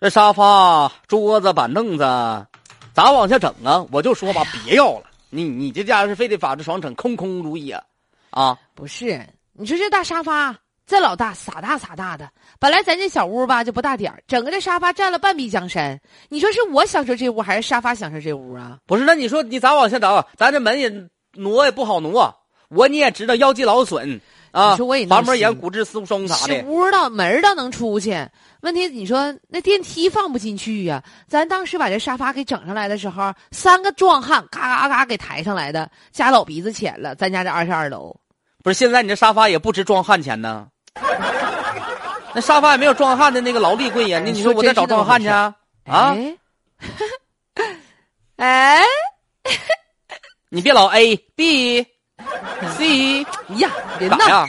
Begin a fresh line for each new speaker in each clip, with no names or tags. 这沙发、桌子、板凳子，咋往下整啊？我就说
哎
吧，别要了。你你这家是非得把这床整空空如也，啊，
不是，你说这大沙发这老大傻大傻大的，本来咱这小屋吧就不大点儿，整个这沙发占了半壁江山。你说是我享受这屋，还是沙发享受这屋啊？
不是？那你说你咋往下整？啊咱这门也挪也不好挪，啊我你也知道腰肌劳损啊
你说我也，闹
滑膜炎、
心
骨质疏松啥
是
的。
屋儿倒门儿倒能出去，问题你说那电梯放不进去呀、咱当时把这沙发给整上来的时候，三个壮汉嘎嘎嘎给抬上来的，加老鼻子钱了。咱家这二十二楼，
不是，现在你这沙发也不值壮汉钱呢。那沙发也没有壮汉的那个劳力贵呀。那
哎你
你
说
说我
真
再找
是那么
壮汉去啊？啊，
哎， 哎
你别老 A B C
呀，人
咋
呢？
呀？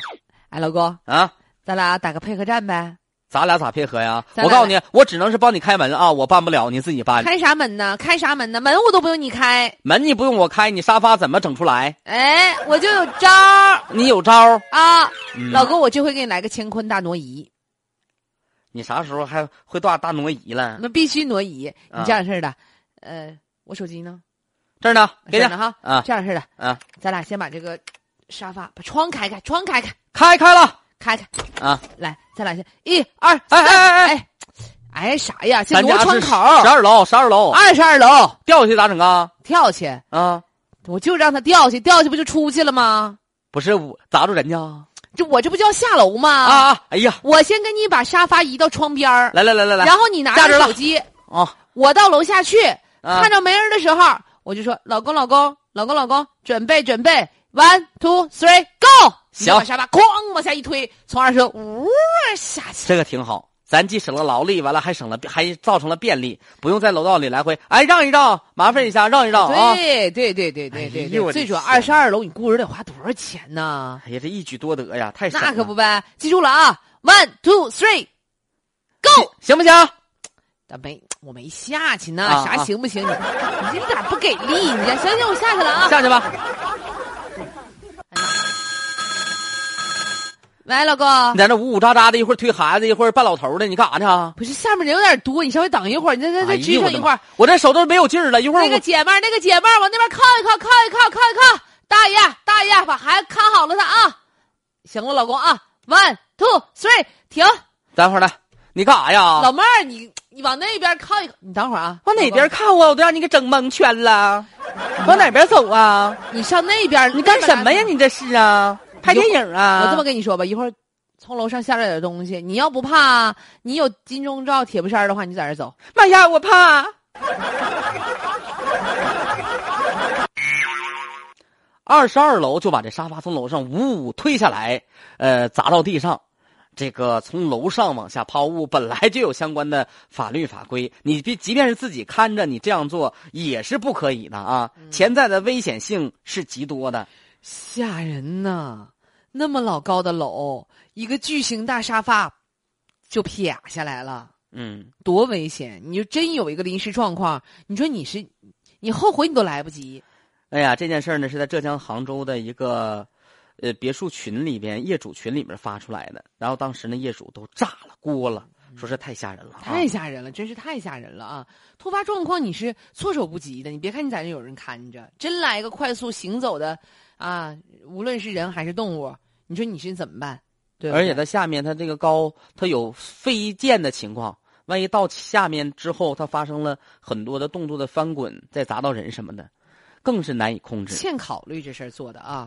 哎，老公，
啊，
咱俩打个配合战呗？
咱俩咋配合呀？
咱俩
我告诉你，我只能是帮你开门啊，我搬不了，你自己搬。
开啥门呢？开啥门呢？门我都不用你开，
门你不用我开，你沙发怎么整出来？
哎，我就有招儿
你有招儿？
啊！
嗯
老公，我这回给你来个乾坤大挪移。
你啥时候还会大大挪移了？
那必须挪移。你
啊
这样式儿的，呃，我手机呢？
这儿呢，
这
给
样
你
的哈，
啊
这样式儿的，
啊，
咱俩先把这个沙发把窗开开，窗开开，
开开了
开开，
啊！
来，咱俩先一二
哎
三，
哎哎哎，
哎，哎啥呀？先
咱
挪
家
窗
是
口，啊
十二楼，十二楼
二十二楼
掉下去咋整啊？
跳去，
啊，
我就让他掉去，掉去不就出去了吗？
不是我砸着人家
这我这不就要下楼吗？
哎啊！啊！哎呀，
我先跟你把沙发移到窗边儿，
来来来来来
然后你拿
架着
着
了
手机，
啊！
我到楼下去，
啊
看着没人的时候，我就说：“老公，老公，老公，老公，准备，准备，one two three go！”
行
你把沙发哐往下一推，从二十呜下去。
这个挺好，咱既省了劳力，完了还省了还造成了便利，不用在楼道里来回哎让一让，麻烦一下让一让啊！
对对对对对对
哎
对，
呦我的
最主要二
天
十二楼，你雇人得花多少钱呢？
哎呀，这一举多得呀，太省了
那可不呗，记住了啊，one two three go！
行不行？
咱没我没下去呢，
啊
啥
啊
行不行？你你这一点不给力，你呀行行，我下去了啊。
下去吧，
喂，老公，
你在那呜呜喳喳的，一会儿推孩子，一会儿扮老头的，你干啥去啊？
不是下面人有点多，你稍微等一会儿，你再再
哎
再
呦
支
我
撑
的
一会
妈
儿。
我这手都没有劲儿了，一会儿
那
我
个姐妹儿，那个姐妹儿，往那边靠一靠，靠一靠，靠一靠。大爷，大爷，把孩子看好了他啊！行了，老公啊，one two three，停。
等会儿来，你干啥呀？
老妹儿，你你往那边靠一靠，你等会儿啊。
往哪边
老
看我？我都让你给整蒙圈了。往哪边走啊？
公？你上那边，
你干什么呀？
那边来？
你这是啊？拍电影啊？
我这么跟你说吧，一会儿从楼上下来点东西，你要不怕，你有金钟罩铁布衫的话，你在这儿走。
妈呀，我怕。二十二楼就把这沙发从楼上呜呜推下来，呃，砸到地上。这个从楼上往下抛物本来就有相关的法律法规，你别即便是自己看着，你这样做也是不可以的啊！潜在的危险性是极多的。
吓人呐！那么老高的楼，一个巨型大沙发就撇下来了。
嗯，
多危险！你就真有一个临时状况，你说你是，你后悔你都来不及。
哎呀，这件事儿呢是在浙江杭州的一个呃别墅群里边业主群里面发出来的，然后当时呢业主都炸了锅了，说是太吓人了、啊，
太吓人了，真是太吓人了啊！突发状况你是措手不及的，你别看你在这有人看着，真来一个快速行走的啊，无论是人还是动物，你说你是怎么办？对不对
而且它下面它这个高，它有飞溅的情况，万一到下面之后它发生了很多的动作的翻滚，再砸到人什么的，更是难以控制。
欠考虑这事儿做的啊。